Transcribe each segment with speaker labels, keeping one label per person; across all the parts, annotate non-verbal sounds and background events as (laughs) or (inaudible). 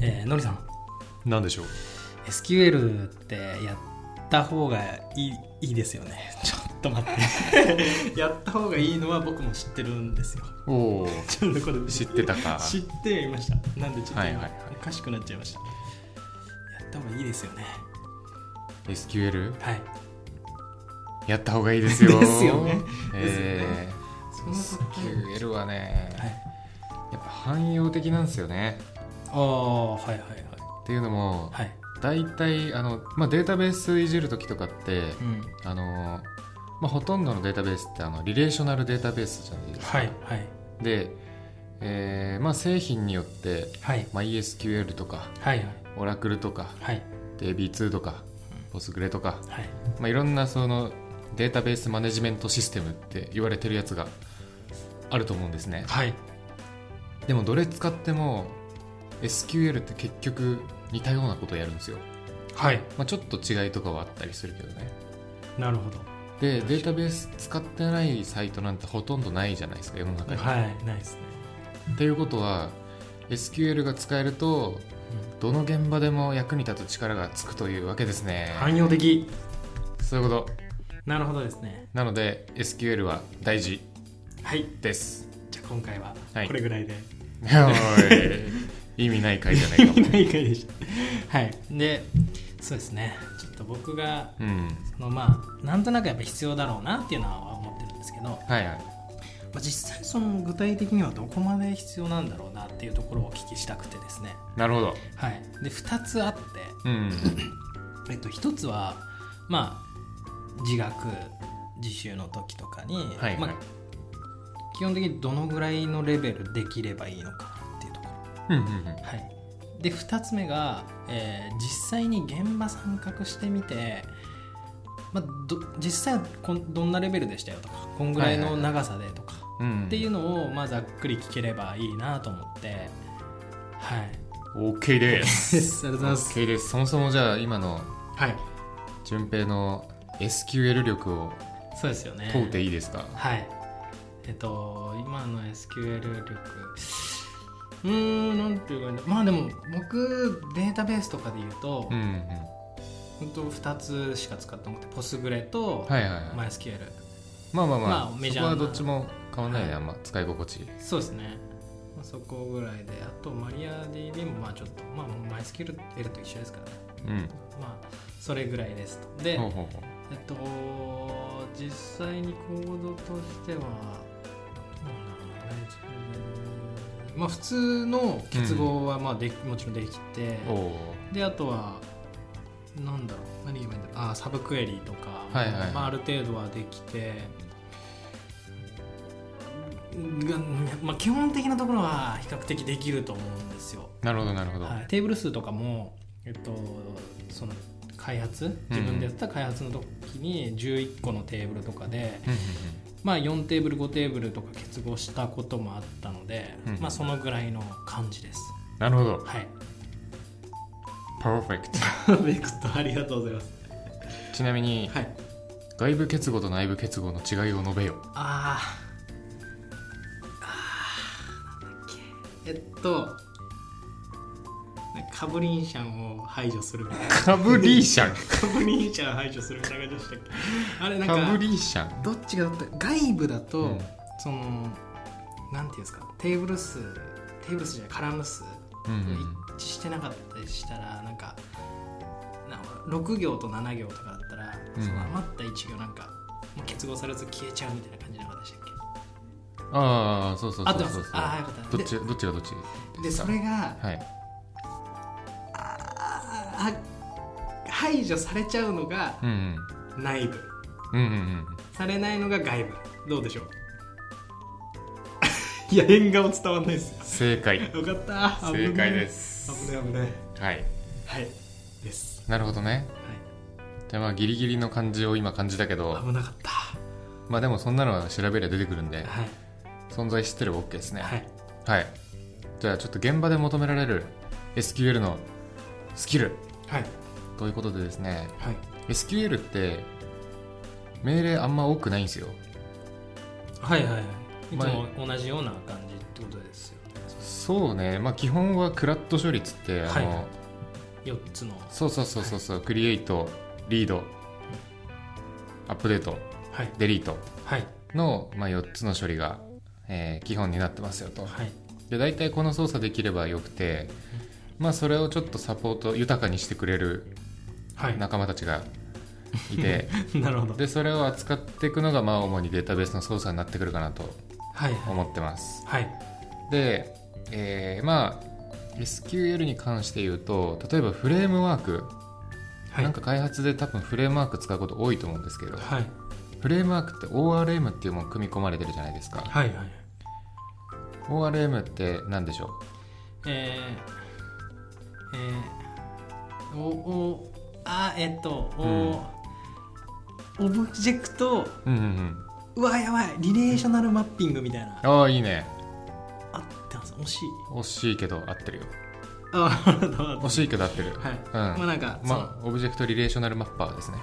Speaker 1: えーのりさん
Speaker 2: なんでしょう
Speaker 1: SQL ってやった方がいいいいですよね (laughs) ちょっと待って (laughs) やった方がいいのは僕も知ってるんですよ (laughs)
Speaker 2: おお
Speaker 1: ちょっとこれ
Speaker 2: 知ってたか
Speaker 1: 知っていましたなんでちょっと、
Speaker 2: はいはいはい
Speaker 1: おかしくなっちゃいましたやった方がいいですよね
Speaker 2: SQL
Speaker 1: はい
Speaker 2: やった方がいいですよ
Speaker 1: ですよね
Speaker 2: え
Speaker 1: そ
Speaker 2: ー、
Speaker 1: の答え
Speaker 2: SQL はね、
Speaker 1: はい
Speaker 2: やっぱ汎用的なんですよね
Speaker 1: ああはいはい
Speaker 2: っていうのも
Speaker 1: はいはい
Speaker 2: 大体あの、まあ、データベースいじる時とかって、
Speaker 1: うん
Speaker 2: あのまあ、ほとんどのデータベースってあのリレーショナルデータベースじゃないですか、
Speaker 1: はいはい
Speaker 2: で、えーまあ、製品によって、
Speaker 1: はい
Speaker 2: まあ、ESQL とか
Speaker 1: はいはい
Speaker 2: オラクルとか
Speaker 1: はい
Speaker 2: DB2 とか
Speaker 1: う
Speaker 2: ポスグレとか、
Speaker 1: はい
Speaker 2: まあ、いろんなそのデータベースマネジメントシステムって言われてるやつがあると思うんですね
Speaker 1: はい
Speaker 2: でもどれ使っても SQL って結局似たようなことをやるんですよ、
Speaker 1: はい
Speaker 2: まあ、ちょっと違いとかはあったりするけどね
Speaker 1: なるほど
Speaker 2: でデータベース使ってないサイトなんてほとんどないじゃないですか世の中に、
Speaker 1: はいないですね
Speaker 2: っていうことは SQL が使えるとどの現場でも役に立つ力がつくというわけですね、
Speaker 1: 汎用的
Speaker 2: そういうこと
Speaker 1: なるほどですね
Speaker 2: なので SQL は大事
Speaker 1: はい
Speaker 2: です
Speaker 1: じゃあ今回は
Speaker 2: はい
Speaker 1: これぐらいで、
Speaker 2: おい意味ない回じゃないかも、
Speaker 1: ない回でしたはいでそうですねちょっと僕が
Speaker 2: うん、
Speaker 1: そのまあなんとなくやっぱ必要だろうなっていうのは思ってるんですけど、ま
Speaker 2: はいはい
Speaker 1: あ、実際その具体的にはどこまで必要なんだろうなっていうところをお聞きしたくてですね
Speaker 2: なるほど
Speaker 1: はいで2つあって
Speaker 2: うん
Speaker 1: えっと、一つはまあ自学自習の時とかに、
Speaker 2: はいはい
Speaker 1: まあ、基本的にどのぐらいのレベルできればいいのかなっていうとこ
Speaker 2: うんうんうん
Speaker 1: ろ、はい、で2つ目が、えー実際に現場参画してみて、まあ、ど実際はこんどんなレベルでしたよとかこんぐらいの長さでとか、
Speaker 2: うん
Speaker 1: っていうのを、まあ、ざっくり聞ければいいなと思ってはい
Speaker 2: OK で
Speaker 1: あ
Speaker 2: す
Speaker 1: りがとうございます、
Speaker 2: OK ですそもそもじゃあ今の
Speaker 1: はい
Speaker 2: 順平の SQL 力を
Speaker 1: そうですよね
Speaker 2: 問うていいですか、
Speaker 1: はい。えっと、今の SQL 力。うーん、なんていうかね、まあでも、僕、データベースとかで言うと、
Speaker 2: うんうん
Speaker 1: 本当2つしか使ってなくて、Postgre と
Speaker 2: はいはいはい、
Speaker 1: MySQL。
Speaker 2: まあまあまあ、
Speaker 1: まあメジ
Speaker 2: そ
Speaker 1: ャー
Speaker 2: こ
Speaker 1: な
Speaker 2: はどっちも変わんないね、
Speaker 1: はい
Speaker 2: あんま使い心地いい
Speaker 1: そうですね。まあそこぐらいで、あと、マリア DB も、まあちょっと、まあもう MySQL と一緒ですからね。
Speaker 2: うん
Speaker 1: まあ、それぐらいですと。で、
Speaker 2: ほうほうほ
Speaker 1: えっと、実際にコードとしては、どうなんだろうねまあ、普通の結合はまあでき、もちろんできて
Speaker 2: うお、お
Speaker 1: で、あとは、なんだろう、何がいいんだろう、あーサブクエリーとか、
Speaker 2: はいはいはい
Speaker 1: まあ、ある程度はできて、がまあ、基本的なところは比較的できると思うんですよ。
Speaker 2: なるほどなるほど、
Speaker 1: はい、テーブル数とかも、えっと、その開発自分でやった開発の時に11個のテーブルとかで、
Speaker 2: うん
Speaker 1: まあ、4テーブル5テーブルとか結合したこともあったので、
Speaker 2: うん
Speaker 1: まあ、そのぐらいの感じです。
Speaker 2: うんなるほど
Speaker 1: (laughs) はい、
Speaker 2: パーフェクト
Speaker 1: パーフェクトありがとうございます。
Speaker 2: ちなみに
Speaker 1: はい、
Speaker 2: 外部結合と内部結合の違いを述べよ
Speaker 1: あーあーなんだっけえっとカブリンシャンを排除するみ
Speaker 2: (laughs)
Speaker 1: たいな
Speaker 2: カブリーシャン
Speaker 1: カブリンシャン排除するみたいな感じでしたっけあれなんか
Speaker 2: カブリーシャン
Speaker 1: どっちがどっちか外部だと、
Speaker 2: うん
Speaker 1: そのなんていうんですかテーブル数テーブル数じゃないカラム数
Speaker 2: うんう
Speaker 1: 一
Speaker 2: ん
Speaker 1: 致してなかったりしたらなんかなんか6行と7行とかだったら、
Speaker 2: うん
Speaker 1: その余った1行なんかもう結合されず消えちゃうみたいな感じなかったでしたっ
Speaker 2: ああそうそう
Speaker 1: 合
Speaker 2: そ
Speaker 1: って
Speaker 2: う
Speaker 1: ます
Speaker 2: そう
Speaker 1: あーよかった
Speaker 2: どっちどっちがどっち
Speaker 1: け
Speaker 2: で
Speaker 1: ですそ
Speaker 2: か
Speaker 1: れが
Speaker 2: はい
Speaker 1: ああ排除されちゃうのが
Speaker 2: うんうん
Speaker 1: 内部
Speaker 2: うんうんうん
Speaker 1: されないのが外部どうでしょう (laughs) いや変顔伝わんないです
Speaker 2: 正解
Speaker 1: よかった
Speaker 2: 正解ですす
Speaker 1: 危ない危ない
Speaker 2: はい
Speaker 1: はいです、
Speaker 2: なるほどね
Speaker 1: は
Speaker 2: じゃあまあギリギリの感じを今感じたけど
Speaker 1: い、危なかった
Speaker 2: まあでもそんなのは調べりゃ出てくるん
Speaker 1: は
Speaker 2: で
Speaker 1: い
Speaker 2: 存在してれば OK ですね
Speaker 1: はい
Speaker 2: はいじゃあちょっと現場で求められる SQL のスキル
Speaker 1: はい
Speaker 2: ということでですね
Speaker 1: はい
Speaker 2: SQL って命令あんま多くないんですよ
Speaker 1: はいはいはいいつ
Speaker 2: まあ
Speaker 1: も同じような感じってことですよね
Speaker 2: そうね、まあ、基本はクラット処理っつってあの、
Speaker 1: はい4つの
Speaker 2: そうそうそうそうそう、クリエイトリードアップデート
Speaker 1: はい
Speaker 2: デリート
Speaker 1: はい
Speaker 2: の、まあ、4つの処理が、えー基本になってますよと
Speaker 1: はい
Speaker 2: で大体この操作できればよくて、まあ、それをちょっとサポート豊かにしてくれる
Speaker 1: はい
Speaker 2: 仲間たちがいて、
Speaker 1: (laughs) なるほど
Speaker 2: でそれを扱っていくのが、まあ、主にデータベースの操作になってくるかなと
Speaker 1: はい
Speaker 2: 思ってます
Speaker 1: はい
Speaker 2: で、えーまあ SQL に関して言うと例えばフレームワーク、
Speaker 1: はい
Speaker 2: なんか開発で多分フレームワーク使うこと多いと思うんですけど
Speaker 1: はい
Speaker 2: フレームワークって ORM っていうもの組み込まれてるじゃないですか
Speaker 1: はいはい
Speaker 2: ORM って何でしょ
Speaker 1: えー、えー、おおあえっとお、オブジェクト
Speaker 2: ううんうんうん
Speaker 1: うわやばいリレーショナルマッピングみたいな
Speaker 2: ああいいね
Speaker 1: あってます惜しい
Speaker 2: 惜しいけど合ってるよ
Speaker 1: あなるほど
Speaker 2: 惜しいけど合ってる、
Speaker 1: はい、
Speaker 2: ん
Speaker 1: まあなんか、その
Speaker 2: まあオブジェクトリレーショナルマッパーですね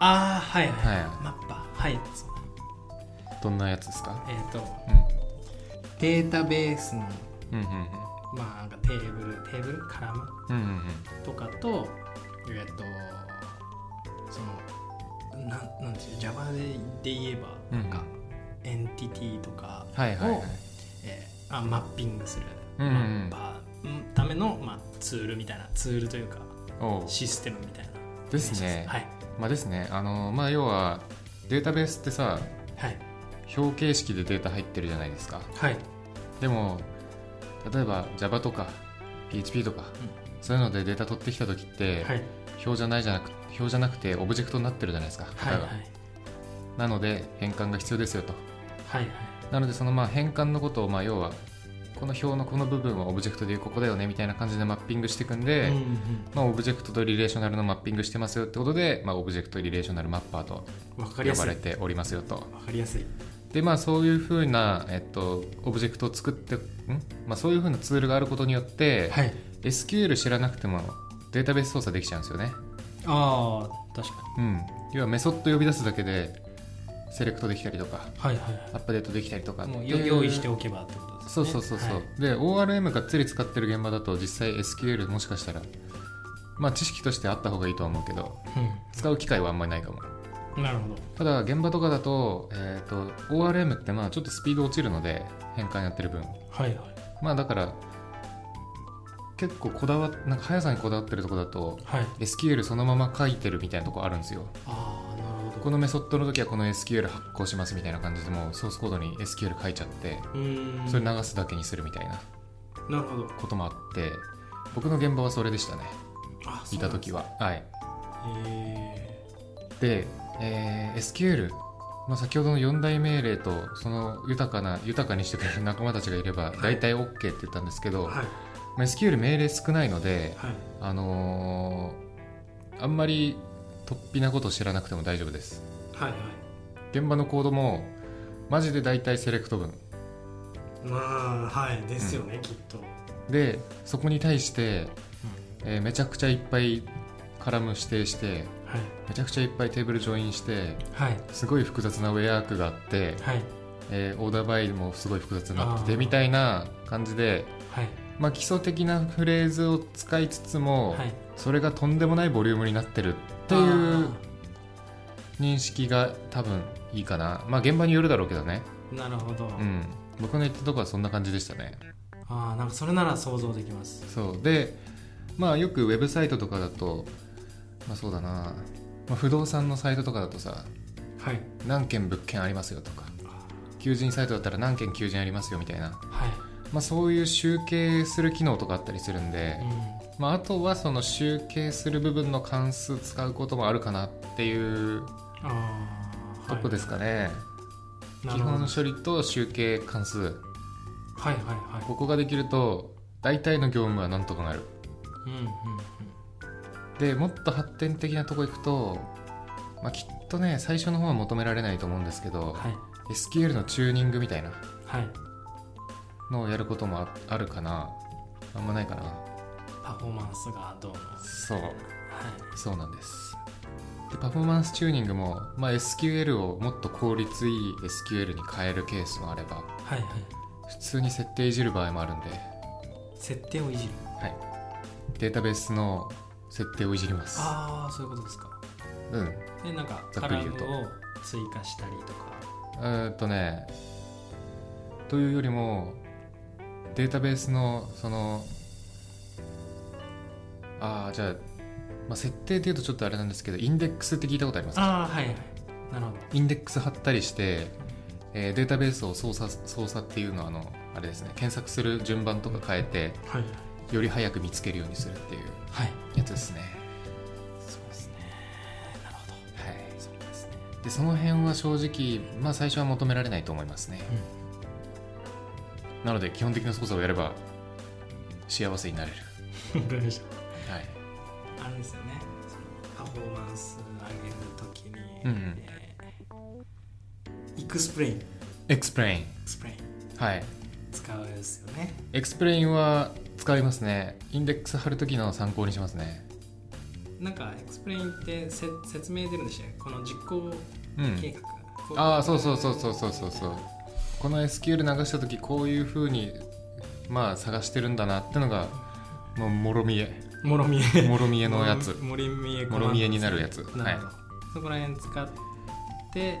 Speaker 1: ああはいはい、
Speaker 2: はい
Speaker 1: マッパーはいそう
Speaker 2: どんなやつですか
Speaker 1: えっ、と
Speaker 2: う
Speaker 1: データベースの
Speaker 2: んうんうんうん
Speaker 1: まあなんかテーブルテーブルカラム
Speaker 2: うんうんうん
Speaker 1: とかとえっ、とそのなんなんていう Java でで言えばなんか、エンティティとかを、
Speaker 2: はいはいはい
Speaker 1: えーあマッピングする、
Speaker 2: うんう
Speaker 1: マ
Speaker 2: ん
Speaker 1: ッパーのための、まあ、ツールみたいなツールというか
Speaker 2: おう
Speaker 1: システムみたいな
Speaker 2: ですね
Speaker 1: はい
Speaker 2: まあですねあのまあ要はデータベースってさ
Speaker 1: はい
Speaker 2: 表形式でデータ入ってるじゃないですか
Speaker 1: はい
Speaker 2: でも例えば Java とか PHP とか、そういうのでデータ取ってきた時って、
Speaker 1: はい
Speaker 2: 表じゃないじゃなく表じゃなくてオブジェクトになってるじゃないですか
Speaker 1: はいはい
Speaker 2: 型がなので変換が必要ですよと
Speaker 1: はい
Speaker 2: なのでそのまあ変換のことをまあ要はこの表のこの部分はオブジェクトでいうここだよねみたいな感じでマッピングしていくん
Speaker 1: は
Speaker 2: で、
Speaker 1: いうんうん
Speaker 2: まあ、オブジェクトとリレーショナルのマッピングしてますよってことで、まあ、オブジェクトリレーショナルマッパーと
Speaker 1: わかり
Speaker 2: 呼
Speaker 1: やす
Speaker 2: ば
Speaker 1: い
Speaker 2: れておりますよと
Speaker 1: わかりやすい
Speaker 2: でまあそういうふうな、えっと、オブジェクトを作ってん、まあ、そういうふうなツールがあることによって、
Speaker 1: はい
Speaker 2: SQL 知らなくてもデータベース操作できちゃうんですよね、
Speaker 1: ああ確かに
Speaker 2: うん、要はメソッド呼び出すだけでセレクトできたりとか
Speaker 1: はいはい
Speaker 2: アップデートできたりとか
Speaker 1: はい
Speaker 2: って
Speaker 1: もう
Speaker 2: い
Speaker 1: よ用意しておけばってことです
Speaker 2: そう
Speaker 1: ね
Speaker 2: そうそうそう、
Speaker 1: はい
Speaker 2: で ORM がっつり使ってる現場だと実際 SQL もしかしたらまあ知識としてあった方がいいとは思うけど使う機会はあんまりないかも
Speaker 1: うん、なるほど
Speaker 2: ただ現場とかだと,、えー、と ORM ってまあちょっとスピード落ちるので変換やってる分
Speaker 1: はいはい
Speaker 2: まあだから結構こだわっなんか速さにこだわってるとこだと
Speaker 1: はい
Speaker 2: SQL そのまま書いてるみたいなとこあるんですよ
Speaker 1: ああなるほ
Speaker 2: このメソッドの時はこの SQL 発行しますみたいな感じでもうソースコードに SQL 書いちゃって
Speaker 1: どうーん
Speaker 2: それ流すだけにするみたいな
Speaker 1: なるほど
Speaker 2: こともあって僕の現場はそれでしたね
Speaker 1: あ
Speaker 2: いた時
Speaker 1: は
Speaker 2: ははい
Speaker 1: え
Speaker 2: で、えー SQL、まあ、先ほどの4大命令とその豊かな豊かにしてくれる仲間たちがいれば
Speaker 1: い
Speaker 2: 大体 OK って言ったんですけ
Speaker 1: ー
Speaker 2: ど、
Speaker 1: はい
Speaker 2: まあ、SQL 命令少ないので、
Speaker 1: はい
Speaker 2: あのーあんまり突飛なこと知らなくても大丈夫です
Speaker 1: はいは
Speaker 2: 現場のコードもマジで大体セレクト文
Speaker 1: いまあはいですよね、きっと
Speaker 2: でそこに対して、えーめちゃくちゃいっぱいカラム指定して
Speaker 1: はい
Speaker 2: めちゃくちゃいっぱいテーブルジョインして
Speaker 1: はい
Speaker 2: すごい複雑なウェアークがあって
Speaker 1: はい
Speaker 2: えーオーダーバイもすごい複雑になって
Speaker 1: あ
Speaker 2: て
Speaker 1: ー
Speaker 2: みたいな感じで、
Speaker 1: はい
Speaker 2: まあ、基礎的なフレーズを使いつつも、
Speaker 1: はい
Speaker 2: それがとんでもないボリュームになってるってい
Speaker 1: あ
Speaker 2: う認識が多分いいかなまあ現場によるだろうけどね
Speaker 1: ーなるほど、
Speaker 2: うん僕の言ったとこはそんな感じでしたね
Speaker 1: ああなんかそれなら想像できます
Speaker 2: そうでまあよくウェブサイトとかだとまあそうだな、まあ、不動産のサイトとかだとさ
Speaker 1: はい
Speaker 2: 何件物件ありますよとか求人サイトだったら何件求人ありますよみたいな
Speaker 1: はい、
Speaker 2: まあ、そういう集計する機能とかあったりするんで
Speaker 1: う、ん、
Speaker 2: まあ、あとはその集計する部分の関数使うこともあるかなっていう
Speaker 1: ああ
Speaker 2: とこですかね、
Speaker 1: な
Speaker 2: 基
Speaker 1: るほど
Speaker 2: 本処理と集計関数
Speaker 1: はいはいはい
Speaker 2: ここができると大体の業務はなんとかなる
Speaker 1: うんうんうん
Speaker 2: でもっと発展的なとこ行くと、まあ、きっとね最初の方は求められないと思うんですけど、
Speaker 1: はい
Speaker 2: SQL のチューニングみたいな
Speaker 1: はい
Speaker 2: のをやることもああるかなあんまないかな
Speaker 1: パフォーマンスがどうのは
Speaker 2: そう
Speaker 1: い
Speaker 2: そうなんですでパフォーマンスチューニングも、まあ、SQL をもっと効率いい SQL に変えるケースもあれば
Speaker 1: はいはい
Speaker 2: 普通に設定いじる場合もあるんで
Speaker 1: 設定をいじる
Speaker 2: データベースの設定をいじります
Speaker 1: ああそういうことですか
Speaker 2: うん
Speaker 1: でなんか
Speaker 2: ざ
Speaker 1: カ
Speaker 2: っく
Speaker 1: ラ
Speaker 2: り
Speaker 1: ム
Speaker 2: 言うと
Speaker 1: を追加したりとか
Speaker 2: えーっとねというよりもデータベースのそのああじゃあ,、まあ設定でいうとちょっとあれなんですけどインデックスって聞いたことありますか
Speaker 1: ああはいはいなるほど
Speaker 2: インデックス貼ったりして、えーデータベースを操作操作っていうのはあのあれですね検索する順番とか変えて
Speaker 1: はい
Speaker 2: より早く見つけるようにするっていう
Speaker 1: はい
Speaker 2: やつですね
Speaker 1: そうですねなるほど
Speaker 2: はい
Speaker 1: そうです
Speaker 2: (laughs)
Speaker 1: ね
Speaker 2: でその辺は正直、まあ、最初は求められないと思いますね、なので基本的な操作をやれば幸せになれる、
Speaker 1: わかりまし
Speaker 2: はい、
Speaker 1: たあれですよねそのパフォーマンス上げるときに、
Speaker 2: うんうん
Speaker 1: えーエクスプレインエ
Speaker 2: エクスプレイン
Speaker 1: クスプレイン
Speaker 2: はい
Speaker 1: 使うんですよね
Speaker 2: エクスプレインは使いますねインデックス貼るときの参考にしますね
Speaker 1: なんかエクスプレインってせ説明出るんでしたよねこの実行
Speaker 2: う
Speaker 1: 計
Speaker 2: ん
Speaker 1: 画、
Speaker 2: ああそうそうそうそうそうそうそうこの SQL 流したときこういうふうにまあ探してるんだなってのがもうもろみえ
Speaker 1: もろみえ
Speaker 2: もろみえのや
Speaker 1: (laughs)
Speaker 2: つ
Speaker 1: もろみえ
Speaker 2: もろみえになるやつ
Speaker 1: な
Speaker 2: は
Speaker 1: る
Speaker 2: い
Speaker 1: ほど、そこら辺使って、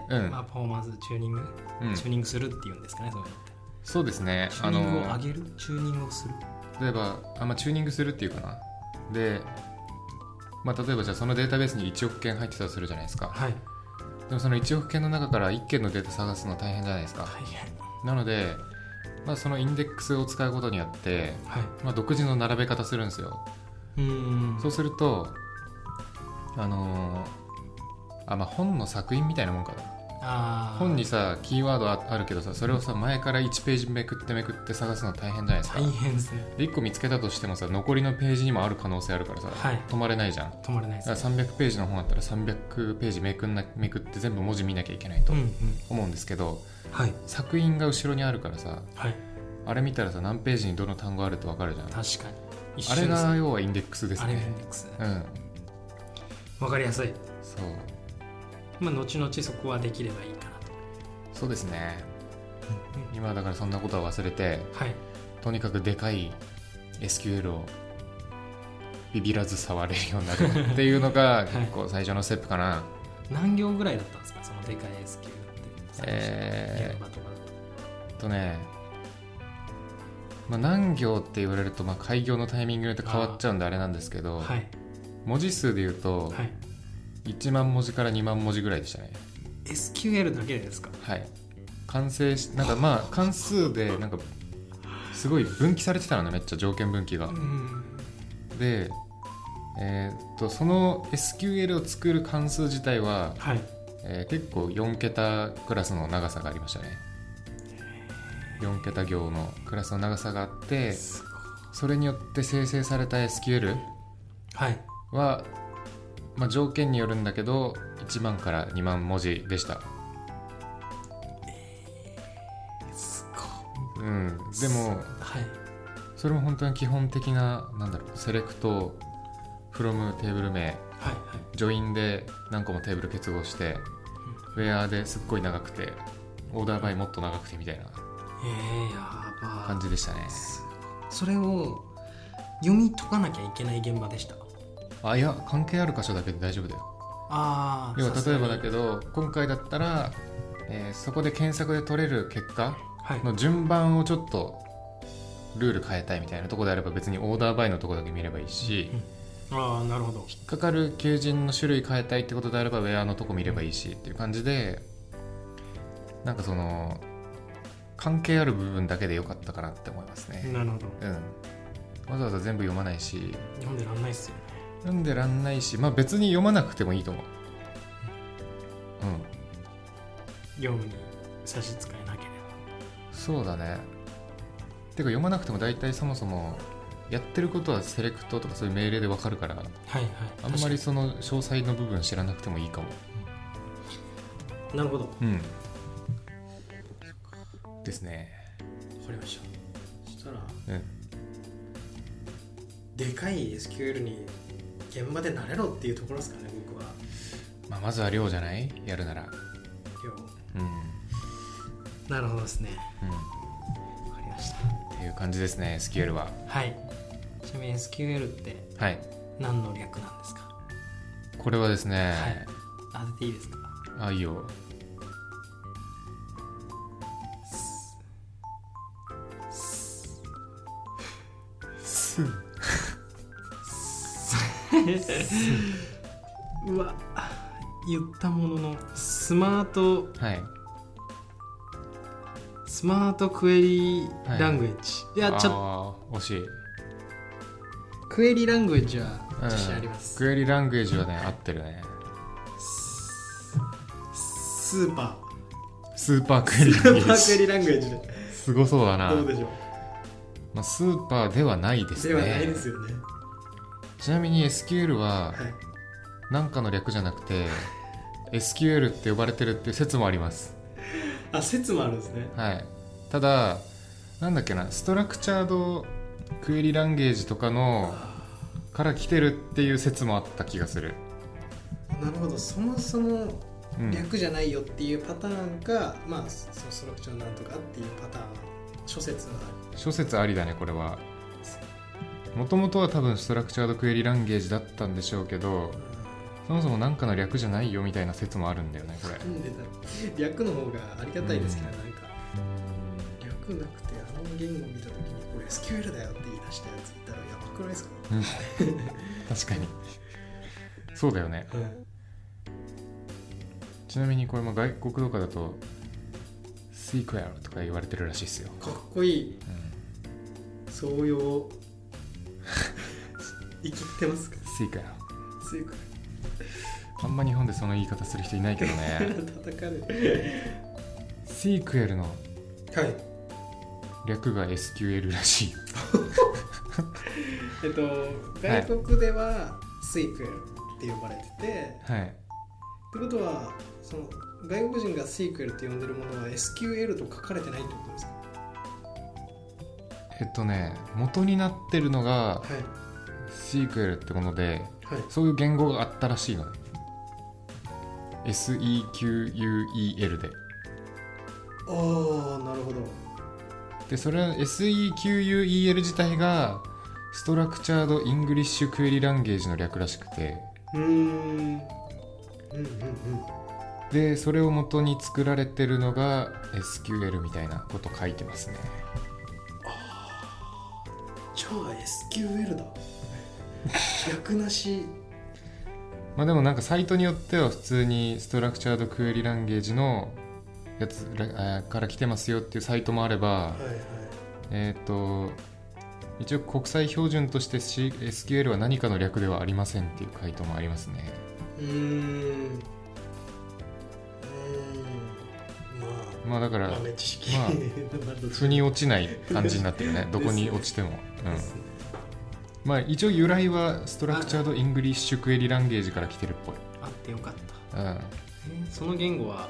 Speaker 2: うん
Speaker 1: まあ、パフォーマンスチューニング、
Speaker 2: うん
Speaker 1: チューニングするっていうんですかねそういうのって
Speaker 2: そうですね
Speaker 1: チュー
Speaker 2: あ
Speaker 1: ニ
Speaker 2: の
Speaker 1: ングを上げるチューニングをする
Speaker 2: 例えばあ、まあ、チューニングするっていうかなで、まあ、例えばじゃあそのデータベースに1億件入ってたとするじゃないですか
Speaker 1: はい
Speaker 2: でもその1億件の中から1件のデータ探すの大変じゃないですか
Speaker 1: 大変
Speaker 2: なので、まあ、そのインデックスを使うことによって、
Speaker 1: はい
Speaker 2: まあ、独自の並べ方するんですよ
Speaker 1: うーん
Speaker 2: そうするとあのーあまあ、本の作品みたいなもんかな
Speaker 1: あー
Speaker 2: 本にさキーワードああるけどさそれをさ前から1ページめくってめくって探すの大変じゃないですか
Speaker 1: 大変ですね
Speaker 2: で1個見つけたとしてもさ残りのページにもある可能性あるからさ、
Speaker 1: はい
Speaker 2: 止まれないじゃんだ
Speaker 1: 止まれないで
Speaker 2: から
Speaker 1: す
Speaker 2: 300ページの本あったら300ページめくんなめくって全部文字見なきゃいけないと
Speaker 1: うんうん
Speaker 2: 思うんですけど、
Speaker 1: はい
Speaker 2: 作品が後ろにあるからさ
Speaker 1: はい
Speaker 2: あれ見たらさ何ページにどの単語あるってわかるじゃん
Speaker 1: 確かに一
Speaker 2: あ
Speaker 1: 緒
Speaker 2: れ
Speaker 1: です
Speaker 2: が要はインデックスです
Speaker 1: あれがイ
Speaker 2: ね
Speaker 1: ンデックス
Speaker 2: うん
Speaker 1: わかりやすい
Speaker 2: そう
Speaker 1: まあ後々そこはできればいいかなと
Speaker 2: そうですね今はだからそんなことは忘れて
Speaker 1: はい
Speaker 2: とにかくでかい SQL をビビらず触れるようになるっていうのが
Speaker 1: い
Speaker 2: 結構最初のステップかな、
Speaker 1: (laughs) 何行ぐらいだったんですかそのでかい SQ って
Speaker 2: えー
Speaker 1: 現場とか
Speaker 2: えっとね、まあ、何行って言われると、まあ、開業のタイミングによって変わっちゃうんであれなんですけど、
Speaker 1: はい
Speaker 2: 文字数で言うと
Speaker 1: はい
Speaker 2: 1万文字から2万文字ぐらいでしたね
Speaker 1: SQL だけでですか
Speaker 2: はい完成しなんかまあ関数でなんかすごい分岐されてたのねめっちゃ条件分岐が
Speaker 1: うん
Speaker 2: でえーっとその SQL を作る関数自体は、
Speaker 1: はい
Speaker 2: えー結構4桁クラスの長さがありましたね4桁行のクラスの長さがあって
Speaker 1: すごい
Speaker 2: それによって生成された SQL
Speaker 1: はい
Speaker 2: は、まあ、条件によるんだけど1万から2万文字でした
Speaker 1: すごい
Speaker 2: うんでも
Speaker 1: はい
Speaker 2: それも本当に基本的ななんだろうセレクト from テーブル名
Speaker 1: はいはい
Speaker 2: ジョインで何個もテーブル結合してウェアですっごい長くてオーダーバイもっと長くてみたいな
Speaker 1: えー、やば
Speaker 2: 感じでしたね
Speaker 1: それを読み解かなきゃいけない現場でした
Speaker 2: あいや関係ある箇所だけで大丈夫だよ
Speaker 1: ああ
Speaker 2: 要は例えばだ
Speaker 1: ど
Speaker 2: けど今回だったら、えーそこで検索で取れる結果
Speaker 1: はい
Speaker 2: の順番をちょっとルール変えたいみたいなとこであれば別にオーダーバイのとこだけ見ればいいし、
Speaker 1: うんああなるほど
Speaker 2: 引っかかる求人の種類変えたいってことであればウェアのとこ見ればいいしっていう感じでなんかその関係ある部分だけで良かったかなって思いますね、
Speaker 1: なるほど
Speaker 2: うん、わざわざ全部読まないし
Speaker 1: 読んでらんないっすよね
Speaker 2: 読んでらんないしまあ別に読まなくてもいいと思ううん
Speaker 1: 業務に差し支えなけれ
Speaker 2: そうだねてか読まなくても大体そもそもやってることはセレクトとかそういう命令でわかるから
Speaker 1: ばはいはい
Speaker 2: あんまりその詳細の部分知らなくてもいいかも
Speaker 1: 確かになるほどわ
Speaker 2: うんですね
Speaker 1: かりましたそしたら
Speaker 2: うん
Speaker 1: でかい SQL に現場で慣れろっていうところですかね僕は
Speaker 2: まあ、まずは量じゃないやるなら
Speaker 1: よ
Speaker 2: うん、うん、
Speaker 1: うなるほどですねわかりましたで
Speaker 2: っていう感じですね SQL は
Speaker 1: はいちなみに SQL って
Speaker 2: はい
Speaker 1: 何の略なんですか
Speaker 2: これはですね、
Speaker 1: はい当てていいですか
Speaker 2: あいいよす
Speaker 1: うわ言ったもののスマート
Speaker 2: はい
Speaker 1: スマートクエリーラングエッジ、い、やちょっと
Speaker 2: あー惜しい
Speaker 1: クエリーラングエッジは自信あります、
Speaker 2: クエリラングエージはね合ってるね
Speaker 1: ススーパ
Speaker 2: (laughs) スーパーク
Speaker 1: ー
Speaker 2: エリ
Speaker 1: ス
Speaker 2: ラングエ
Speaker 1: ーパークエ
Speaker 2: ージ
Speaker 1: リーラングエッジです
Speaker 2: ごそうだな
Speaker 1: どうでしょ
Speaker 2: まあ、スーパーではないで
Speaker 1: う
Speaker 2: すね
Speaker 1: ではないですよね
Speaker 2: ちなみに SQL は
Speaker 1: はい
Speaker 2: 何かの略じゃなくて SQL って呼ばれてるっていう説もあります
Speaker 1: あ説もあるんですね
Speaker 2: はいただなんだっけなストラクチャードクエリランゲージとかのから来てるっていう説もあった気がする、
Speaker 1: なるほどそもそも
Speaker 2: うん、
Speaker 1: 略じゃないよっていうパターンか、まあそのストラクチャーなんとかっていうパターン諸説はあ
Speaker 2: 諸説ありだねこれはもともとは多分ストラクチャードクエリランゲージだったんでしょうけど
Speaker 1: る、
Speaker 2: そもそも何かの略じゃないよみたいな説もあるんだよねこれ
Speaker 1: なん (laughs) でだろう略の方がありがたいですけど、
Speaker 2: うん
Speaker 1: なんか略なくてあの言語見た時にこれ SQL だよって言い出したやついたらやばくないですか、
Speaker 2: 確かにそうだよねちなみにこれも外国とかだと「スイクエル」とか言われてるらしいですよ、
Speaker 1: かっこいい
Speaker 2: うん
Speaker 1: 創用 (laughs) 生きてますか
Speaker 2: スイクエル
Speaker 1: ついか
Speaker 2: あんま日本でその言い方する人いないけど
Speaker 1: (laughs)
Speaker 2: (laughs) ね
Speaker 1: 叩かれ
Speaker 2: スイクエルの
Speaker 1: はい
Speaker 2: 略が SQL らしい
Speaker 1: えっと外国ではスイクエルって呼ばれてて、って
Speaker 2: はい
Speaker 1: ことはその外国人がスイクエルって呼んでるものは SQL と書かれてないってことですか
Speaker 2: えっとね元になってるのが
Speaker 1: はい
Speaker 2: シークエルってもので
Speaker 1: はい
Speaker 2: そういう言語があったらしいのね SEQUEL で
Speaker 1: ああなるほど
Speaker 2: でそれは SEQUEL 自体がストラクチャード・イングリッシュ・クエリ・ランゲージの略らしくて
Speaker 1: うーんうんうんうん
Speaker 2: でそれを元に作られてるのが SQL みたいなこと書いてますね
Speaker 1: じゃあ SQL だ逆なし
Speaker 2: まあでもなんかサイトによっては普通にストラクチャードクエリランゲージのやつらあーから来てますよっていうサイトもあれば
Speaker 1: はいはい
Speaker 2: えっ、と一応国際標準として C- SQL は何かの略ではありませんっていう回答もありますね
Speaker 1: うーんうーんま
Speaker 2: まあだか
Speaker 1: あ
Speaker 2: ら
Speaker 1: 豆知識、 (laughs)
Speaker 2: まあ
Speaker 1: まだ
Speaker 2: 腑に落ちない感じになってるねどこに落ちても、うん
Speaker 1: ですね
Speaker 2: まあ一応由来はストラクチャード・イングリッシュ・クエリランゲージから来てるっぽい、
Speaker 1: あってよかった
Speaker 2: うん、
Speaker 1: えーその言語は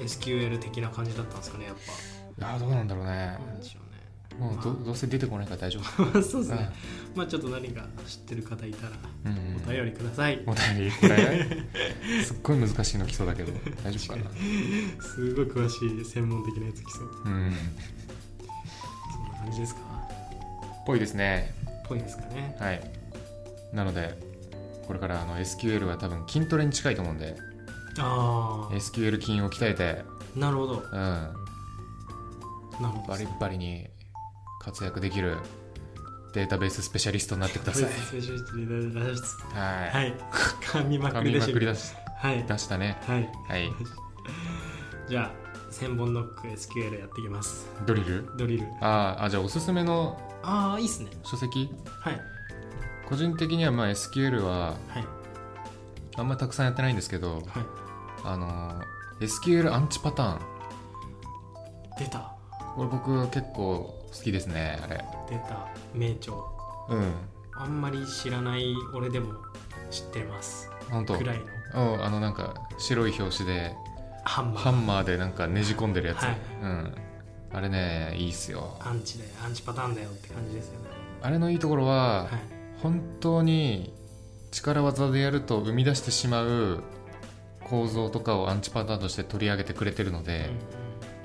Speaker 1: SQL 的な感じだったんですかねやっ
Speaker 2: ああどうなんだろうね
Speaker 1: ぱなんでしょうね
Speaker 2: もうどどうせ出てこないから大
Speaker 1: (laughs)
Speaker 2: 丈夫
Speaker 1: まあそうですね、まあちょっと何か知ってる方いたら
Speaker 2: うんうん
Speaker 1: お便りください、
Speaker 2: お便り
Speaker 1: (laughs)
Speaker 2: これすっごい難しいの来そうだけど大丈夫かな
Speaker 1: すごい詳しい専門的なやつ来そう
Speaker 2: うん
Speaker 1: そんな感じですか
Speaker 2: ぽいですね
Speaker 1: ぽいですかね
Speaker 2: はいなのでこれからあの SQL は多分筋トレに近いと思うんで
Speaker 1: あ
Speaker 2: SQL 筋を鍛えて
Speaker 1: あなるほど
Speaker 2: うんバ
Speaker 1: なるほど
Speaker 2: リッバリに活躍できるデータベーススペシャリストになってください
Speaker 1: スペシャリストになります
Speaker 2: は
Speaker 1: はいい噛みまくり
Speaker 2: 髪
Speaker 1: で
Speaker 2: ま
Speaker 1: し
Speaker 2: くり出
Speaker 1: ょ
Speaker 2: し
Speaker 1: はい
Speaker 2: 出したね
Speaker 1: はい
Speaker 2: はい
Speaker 1: じゃあ千本ノック SQL やっていきます
Speaker 2: ドリル
Speaker 1: ドリル
Speaker 2: あーあじゃあおすすめの
Speaker 1: ああいいっすね
Speaker 2: 書籍
Speaker 1: はい
Speaker 2: 個人的にはまあ SQL は
Speaker 1: はい
Speaker 2: あんまたくさんやってないんですけど
Speaker 1: はい
Speaker 2: あの SQL アンチパターン
Speaker 1: 出た
Speaker 2: これ僕結構好きですねあれ
Speaker 1: 出た名著
Speaker 2: うん
Speaker 1: あんまり知らない俺でも知ってます
Speaker 2: 本当
Speaker 1: くらいの
Speaker 2: うんあのなんか白い表紙で
Speaker 1: ハンマ
Speaker 2: ハ
Speaker 1: ー
Speaker 2: ンマーでなんかねじ込んでるやつ、
Speaker 1: はい
Speaker 2: うんあれねいいっすよ
Speaker 1: アンチでアンチパターンだよって感じですよね
Speaker 2: あれのいいところは、
Speaker 1: はい
Speaker 2: 本当に力技でやると生み出してしまう構造とかをアンチパターンとして取り上げてくれてるので、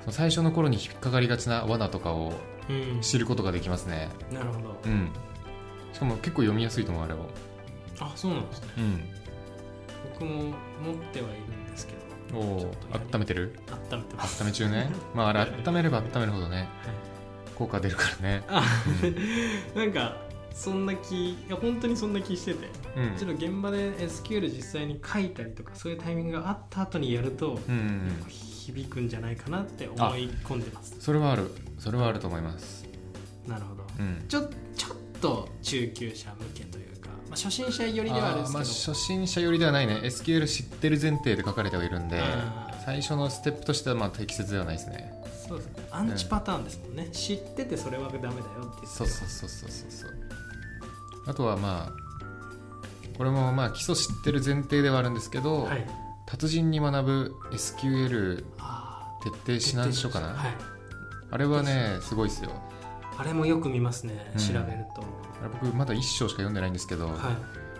Speaker 1: う
Speaker 2: その最初の頃に引っかかりがちな罠とかを
Speaker 1: うん
Speaker 2: 知ることができますね
Speaker 1: なるほど
Speaker 2: うんしかも結構読みやすいと思うあれは
Speaker 1: あそうなんですね
Speaker 2: うん
Speaker 1: 僕も持ってはいるんですけど
Speaker 2: お
Speaker 1: ちょ
Speaker 2: お
Speaker 1: っとやり
Speaker 2: 温めてる
Speaker 1: 温めてます
Speaker 2: 温め中ねまああれ温めれば温めるほどね
Speaker 1: はい
Speaker 2: 効果出るからね
Speaker 1: あ (laughs) なんかそんな気いや本当にそんな気してて
Speaker 2: うん
Speaker 1: ちょっと現場で SQL 実際に書いたりとかそういうタイミングがあった後にやると、
Speaker 2: うんうんうん
Speaker 1: 響くんじゃないかなって思い込んでます
Speaker 2: それはあるそれはあると思います
Speaker 1: なるほど
Speaker 2: うん
Speaker 1: ちょちょっと中級者向けというか、まあ、初心者寄りではあるん
Speaker 2: あ
Speaker 1: で
Speaker 2: ー
Speaker 1: す
Speaker 2: まあ
Speaker 1: け
Speaker 2: 初心者寄りではないね SQL 知ってる前提で書かれてはいるんで
Speaker 1: あー
Speaker 2: 最初のステップとしてはまあ適切ではないですね
Speaker 1: どそうですねアンチパターンですもんね、知っててそれはダメだよって
Speaker 2: そうそうそうそうそうそうあとはまあこれもまあ基礎知ってる前提ではあるんですけど、
Speaker 1: はい
Speaker 2: 達人に学ぶ SQL
Speaker 1: あ
Speaker 2: 徹底指南書かな、
Speaker 1: はい
Speaker 2: あれはねすごいですよ
Speaker 1: あれもよく見ますね、
Speaker 2: うん
Speaker 1: 調べると
Speaker 2: あれ僕まだ1章しか読んでないんですけど、
Speaker 1: は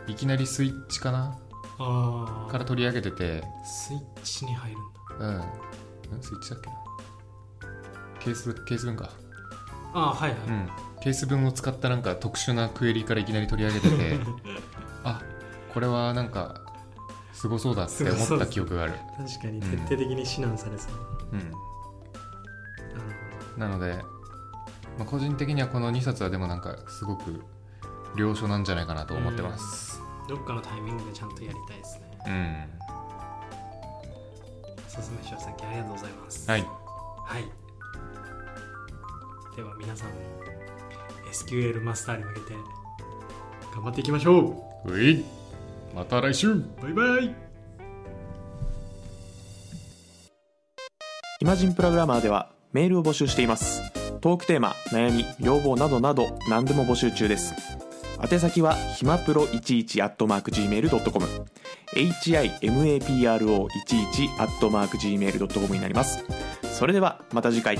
Speaker 1: い
Speaker 2: い、きなりスイッチかな
Speaker 1: あ
Speaker 2: か
Speaker 1: あ
Speaker 2: ら取り上げてて
Speaker 1: スイッチに入るんだ
Speaker 2: うんんスイッチだっけなケースケース文か
Speaker 1: ああはいはい、
Speaker 2: うんケース文を使ったなんか特殊なクエリからいきなり取り上げて
Speaker 1: (laughs)
Speaker 2: てあこれはなんかすごそうだって
Speaker 1: すごそ
Speaker 2: 思
Speaker 1: う
Speaker 2: っ
Speaker 1: で
Speaker 2: た
Speaker 1: す
Speaker 2: 記憶がある
Speaker 1: 確かに徹底的に指南されそう、
Speaker 2: うん
Speaker 1: なる
Speaker 2: なので、まあ、個人的にはこの2冊はでもなんかすごく良書なんじゃないかなと思ってます
Speaker 1: ほどどっかのタイミングでちゃんとやりたいですね
Speaker 2: うん、
Speaker 1: おすすめ書籍ありがとうございます
Speaker 2: はい
Speaker 1: はいでは皆さんも SQL マスターに向けて頑張っていきましょ
Speaker 2: ういまた来週
Speaker 1: うバイバイ
Speaker 3: イマジンプログラマーではメールを募集していますトークテーマ悩み要望などなど何でも募集中です宛先はひまプロ11 at mark gmail.com himapro11 at mark gmail.com になりますそれではまた次回